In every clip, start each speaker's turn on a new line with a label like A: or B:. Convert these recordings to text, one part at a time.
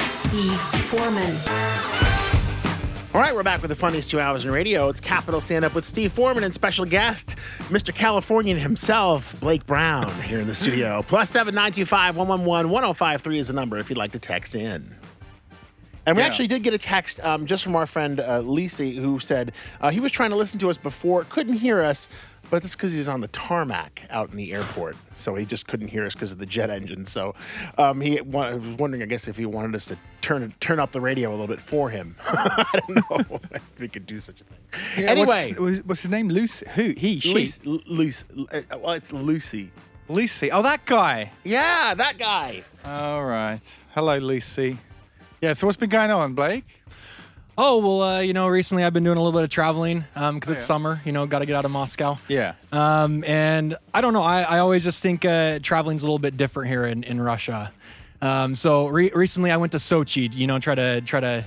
A: Steve Foreman.
B: All right, we're back with the funniest two hours in radio. It's Capital Stand Up with Steve Foreman and special guest, Mr. Californian himself, Blake Brown, here in the studio. Plus 7925 111 1053 is the number if you'd like to text in. And we
C: Yeah.
B: actually did get a text um, just from our friend uh, Lisi, who said uh, he was trying to listen to us before, couldn't hear us, but that's because he was on the tarmac out in the airport. So he just couldn't hear us because of the jet engine. So um, he wa- was wondering, I guess, if he wanted us to turn turn up the radio a little bit for him. I don't know if we could do such a thing.
C: Yeah, what's-
B: anyway,
C: what's, his name? Lucy? Who? He? She?
B: Lucy, Lucy, well, it's Lucy.
C: Lucy. Oh, that guy.
B: Yeah, that guy.
C: All right. Hello, Lucy. Yeah. So what's been going on, Blake?
D: Oh well, uh, you know, recently I've been doing a little bit of traveling because it's
C: Oh, yeah.
D: summer. You know, got to get out of Moscow.
C: Yeah.
D: Um, and I don't know. I, I always just think uh, traveling's a little bit different here in, in Russia. Um, so re- recently I went to Sochi. You know, try to try to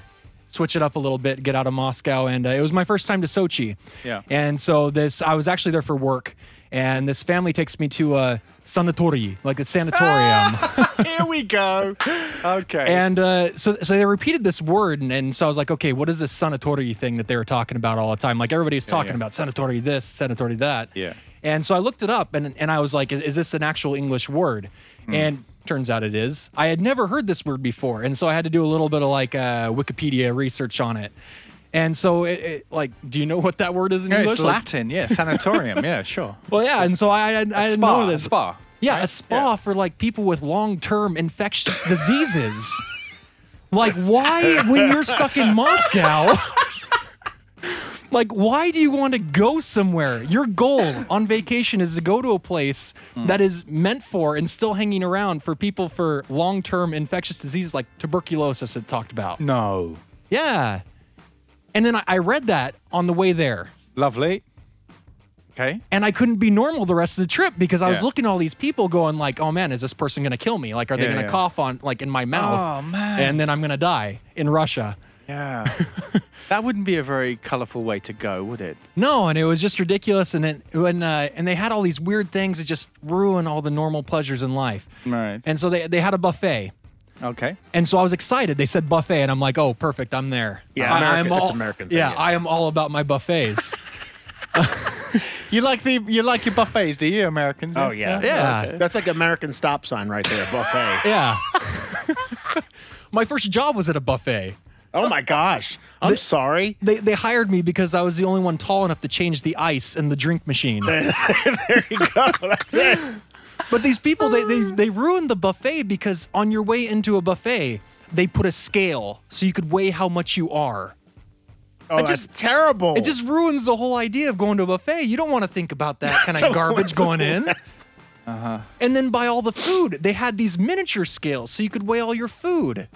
D: switch it up a little bit, get out of Moscow, and uh, it was my first time to Sochi.
C: Yeah.
D: And so this, I was actually there for work, and this family takes me to uh, sanatorium, like a sanatorium.
B: Here we go.
C: Okay.
D: And uh, so, so they repeated this word, and, and so I was like, okay, what is this sanatory thing that they were talking about all the time? Like everybody's talking
C: yeah.
D: about sanatory this, sanatory that.
C: Yeah.
D: And so I looked it up, and and I was like, is, is this an actual English word?
C: Hmm.
D: And turns out it is. I had never heard this word before, and so I had to do a little bit of like uh, Wikipedia research on it. And so, it, it, like, do you know what that word is in
C: Yeah,
D: English?
C: it's
D: Like-
C: Latin. Yeah. Sanatorium. yeah. Sure.
D: well, yeah, and so I I, I didn't
C: spa,
D: know this
C: spa,
D: Yeah, a
C: right?
D: spa
C: Yeah.
D: for like people with long-term infectious diseases. like, why when you're stuck in Moscow? Like, why do you want to go somewhere? Your goal on vacation is to go to a place
C: Hmm.
D: that is meant for and still hanging around for people for long term infectious diseases like tuberculosis, it talked about.
C: No.
D: Yeah. And then I, I read that on the way there
C: Lovely. Okay.
D: and I couldn't be normal the rest of the trip because I was
C: Yeah.
D: looking at all these people going like, "Oh man, is this person gonna kill me? Like, are they
C: Yeah,
D: gonna
C: yeah.
D: cough on like in my mouth?
C: Oh, man.
D: And then I'm gonna die in Russia."
C: Yeah. that wouldn't be a very colourful way to go, would it?
D: No, and it was just ridiculous. And then when uh, and they had all these weird things that just ruin all the normal pleasures in life.
C: Right.
D: And so they they had a buffet.
C: Okay.
D: And so I was excited. They said buffet, and I'm like, "Oh, perfect! I'm there."
B: Yeah,
D: I,
B: American-
D: I'm all
B: it's American thing,
D: yeah,
B: yeah.
D: I am all about my buffets.
C: You like the you like your buffets, do you, Americans?
B: Oh, yeah.
D: Yeah.
B: That's like American stop sign right there, buffet.
D: yeah. my first job was at a buffet.
B: Oh my gosh. I'm sorry.
D: They, they hired me because I was the only one tall enough to change the ice in the drink machine.
B: There you go. That's it.
D: but these people, they, they, they ruined the buffet because on your way into a buffet, they put a scale so you could weigh how much you are.
B: Oh,
D: It
B: that's
D: just-
B: terrible.
D: It just ruins the whole idea of going to a buffet. You don't want to think about that kind
B: So
D: of garbage
B: what's-
D: going in.
B: that's-
D: And then by all the food, they had these miniature scales so you could weigh all your food.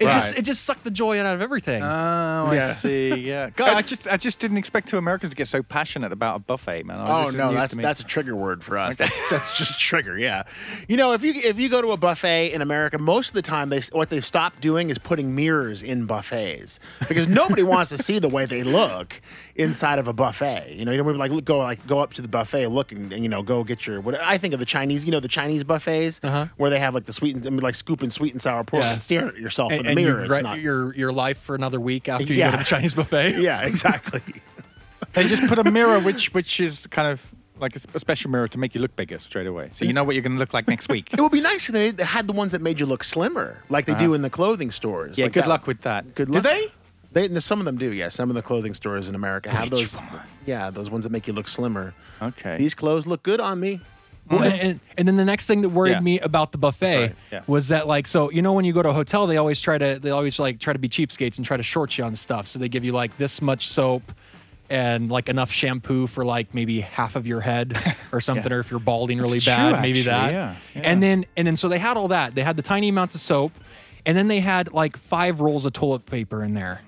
D: It just
C: Right.
D: it just sucked the joy out of everything.
C: Oh,
B: Yeah.
C: I see. Yeah, God, I just I just didn't expect two Americans to get so passionate about a buffet, man.
B: Oh
C: this is
B: no,
C: news to
B: that's
C: me.
B: that's a trigger word for us. That's, that's just trigger. Yeah, you know if you if you go to a buffet in America, most of the time they what they've stopped doing is putting mirrors in buffets because nobody wants to see the way they look inside of a buffet. You know, you don't like look, go like go up to the buffet, look and, and, you know go get your what I think of the Chinese. You know the Chinese buffets where they have like the sweet and I mean, like scooping sweet and sour pork
D: Yeah.
B: and staring at yourself
D: and,
B: in
D: and
B: the
D: you
B: mirror. It's
D: regret
B: not.
D: your your life for another week after you
B: Yeah.
D: go to the Chinese buffet.
B: Yeah, exactly.
C: they just put a mirror, which which is kind of like a, s- a special mirror to make you look bigger straight away, so you know what you're going to look like next week.
B: It would be nice if they- they had the ones that made you look slimmer, like they do in the clothing stores.
C: Uh-huh. yeah,
B: Like
C: good
B: that-
C: luck with that.
B: Good
C: Did
B: luck.
C: they?
B: They no, some of them do. Yeah, some of the clothing stores in America have
C: Which
B: those.
C: one?
B: Yeah, those ones that make you look slimmer.
C: Okay.
B: These clothes look good on me.
D: Well, and, and, and then the next thing that worried
C: Yeah.
D: me about the buffet
C: Sorry, yeah.
D: was that like so you know when you go to a hotel they always try to they always like try to be cheapskates and try to short you on stuff so they give you like this much soap and like enough shampoo for like maybe half of your head or something or if you're balding really
C: That's
D: bad
C: true,
D: maybe that
C: actually, yeah, yeah.
D: and then and then so they had all that they had the tiny amounts of soap and then they had like five rolls of toilet paper in there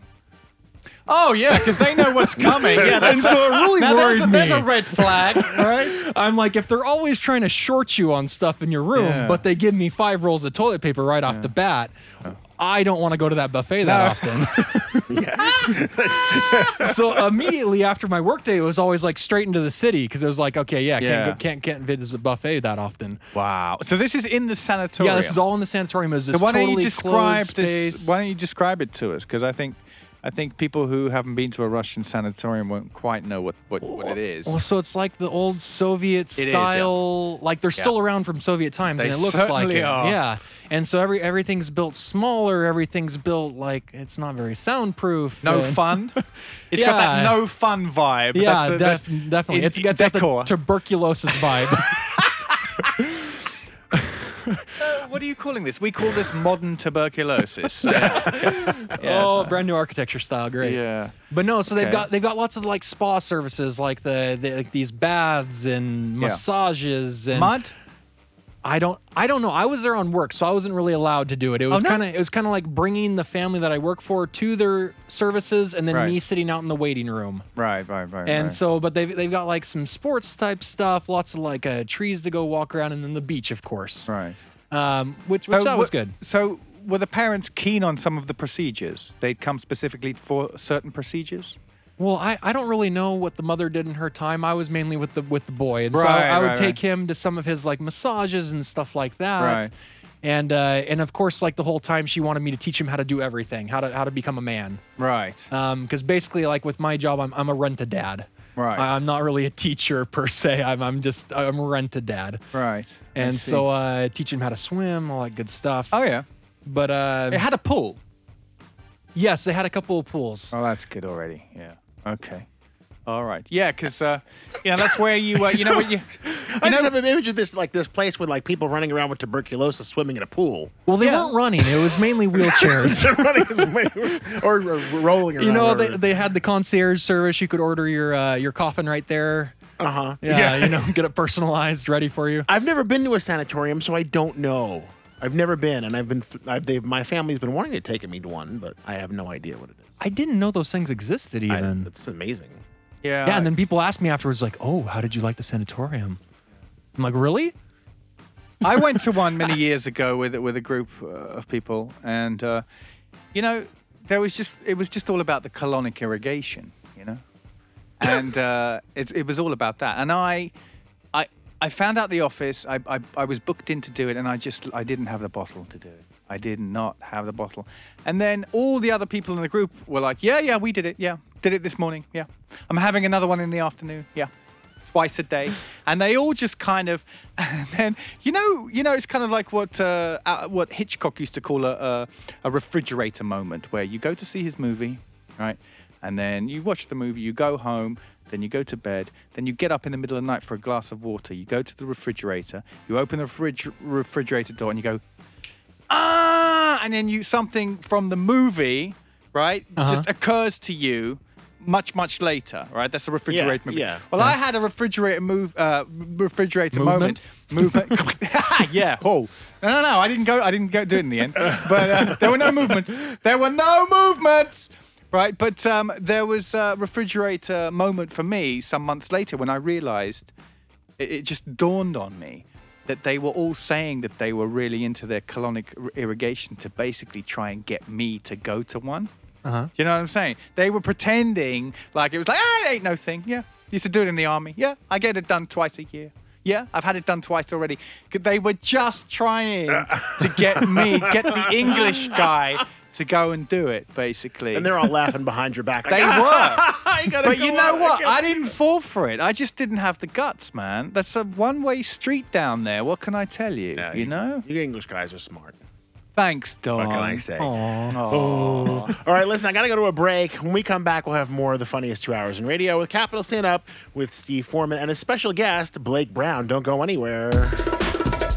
C: Oh yeah, because they know what's coming. Yeah, that's
D: and so it really
C: now
D: worried
C: there's, a,
D: me
C: there's a red flag, right?
D: I'm like, if they're always trying to short you on stuff in your room,
C: Yeah.
D: but they give me five rolls of toilet paper right off the bat, I don't want to go to that buffet that often. so immediately after my workday, it was always like straight into the city because it was like, okay, yeah,
C: Yeah.
D: can't go, can't can't visit a buffet that often.
C: Wow. So this is in the sanatorium.
D: Yeah, this is all in the sanatorium. It was this
C: So why don't
D: totally
C: you describe
D: closed
C: this?
D: space.
C: Why don't you describe it to us? Because I think, I think people who haven't been to a Russian sanatorium won't quite know what what, what it is.
D: Well, so it's like the old Soviet
C: It is, yeah.
D: style. Like they're still around from Soviet times,
C: They
D: and it looks like
C: certainly
D: it.
C: are.
D: Yeah, and so every everything's built smaller. Everything's built like it's not very soundproof.
C: no
D: and-
C: fun. It's got that
D: Yeah.
C: no fun vibe.
D: Yeah,
C: the-
D: def-
C: the-
D: definitely.
C: in-
D: it's it's got the
C: decor.
D: tuberculosis vibe.
C: Uh, what are you calling this? We call this modern tuberculosis. Yeah.
D: oh, brand new architecture style, great.
C: Yeah.
D: But no, so they've
C: Okay.
D: got they've got lots of like spa services, like the, the like these baths and massages and
C: Mud.
D: I don't I don't know. I was there on work, so I wasn't really allowed to do it. It was
C: no?
D: kind of it was kind of like bringing the family that I work for to their services and then
C: Right.
D: me sitting out in the waiting room.
C: Right, right, right.
D: And
C: right.
D: so but they have they've got like some sports type stuff, lots of like uh, trees to go walk around and then the beach, of course.
C: right.
D: Um which which
C: So
D: that was
C: wh-
D: good.
C: So were the parents keen on some of the procedures? They'd come specifically for certain procedures.
D: Well, I, I don't really know what the mother did in her time. I was mainly with the with the boy, and so I,
C: Right,
D: I would
C: right,
D: take
C: right.
D: him to some of his like massages and stuff like that.
C: Right.
D: And uh, and of course, like the whole time, she wanted me to teach him how to do everything, how to how to become a man.
C: Right.
D: Because Um, basically, like with my job, I'm I'm a rent a dad.
C: Right.
D: I, am not really a teacher per se. I'm I'm just I'm a rent a dad.
C: right. I
D: And
C: see.
D: so uh, teach him how to swim, all that good stuff.
C: Oh yeah.
D: But uh,
C: It had a pool.
D: yes, they had a couple of pools.
C: Oh, that's good already. Yeah. Okay. All right. Yeah, because uh, you know that's where you uh, you know what you
B: I just have an image of this like this place with like people running around with tuberculosis swimming in a pool.
D: Well, they
C: Yeah.
D: weren't running. It was mainly wheelchairs.
B: Running is way- or, or rolling around.
D: You know, they,
B: or-
D: they had the concierge service. You could order your uh, your coffin right there.
B: uh-huh.
D: Yeah, you know, get it personalized, ready for you.
B: I've never been to a sanatorium, so I don't know. I've never been, and I've been. Th- I've, they've, my family's been wanting to take me to one, but I have no idea what it is.
D: I didn't know those things existed
B: I-
D: even.
B: it's amazing.
C: yeah
D: yeah, and then people asked me afterwards, like, "Oh, how did you like the sanatorium?" I'm like, "Really?"
C: I went to one many years ago with with a group uh, of people, and uh, you know, there was just it was just all about the colonic irrigation, you know, and uh, it it was all about that. And I, I, I found out the office. I, I I was booked in to do it, and I just I didn't have the bottle to do it. I did not have the bottle. And then all the other people in the group were like, "Yeah, yeah, we did it. Yeah, did it this morning. Yeah, I'm having another one in the afternoon. Yeah." twice a day, and they all just kind of, and then you know, you know, it's kind of like what uh, uh, what Hitchcock used to call a, a a refrigerator moment, where you go to see his movie, right, and then you watch the movie, you go home. Then you go to bed. Then you get up in the middle of the night for a glass of water. You go to the refrigerator. You open the fridge, refrigerator door, and you go, ah, and then you something from the movie, right,
B: Uh-huh.
C: just occurs to you much much later, right? That's a refrigerator movie.
B: yeah.
C: Well, I had a refrigerator move, uh, refrigerator
D: Movement?
C: moment. Movement. yeah. Oh. No, no, no. I didn't go. I didn't go do it in the end. But uh, there were no movements. There were no movements. Right. But um, there was a refrigerator moment for me some months later when I realised it, it just dawned on me that they were all saying that they were really into their colonic ir- irrigation to basically try and get me to go to one.
D: Uh-huh.
C: You know what I'm saying? They were pretending like it was like, ah, it ain't no thing. Yeah. Used to do it in the army. Yeah. I get it done twice a year. Yeah. I've had it done twice already. 'Cause They were just trying to get me, get the English guy to go and do it, basically.
B: And they're all laughing behind your back.
C: they
B: Like,
C: were.
B: I gotta
C: But
B: go
C: you know
B: out,
C: what?
B: gotta-
C: I didn't fall for it. I just didn't have the guts, man. That's a one-way street down there. What can I tell you?
B: Yeah,
C: you know?
B: you English guys are smart.
C: Thanks, Don.
B: What can I say? Oh.
D: Aw.
B: All right, listen, I got to go to a break. When we come back, we'll have more of the funniest two hours in radio with Capital Sin Up with Steve Foreman and a special guest, Blake Brown. Don't go anywhere.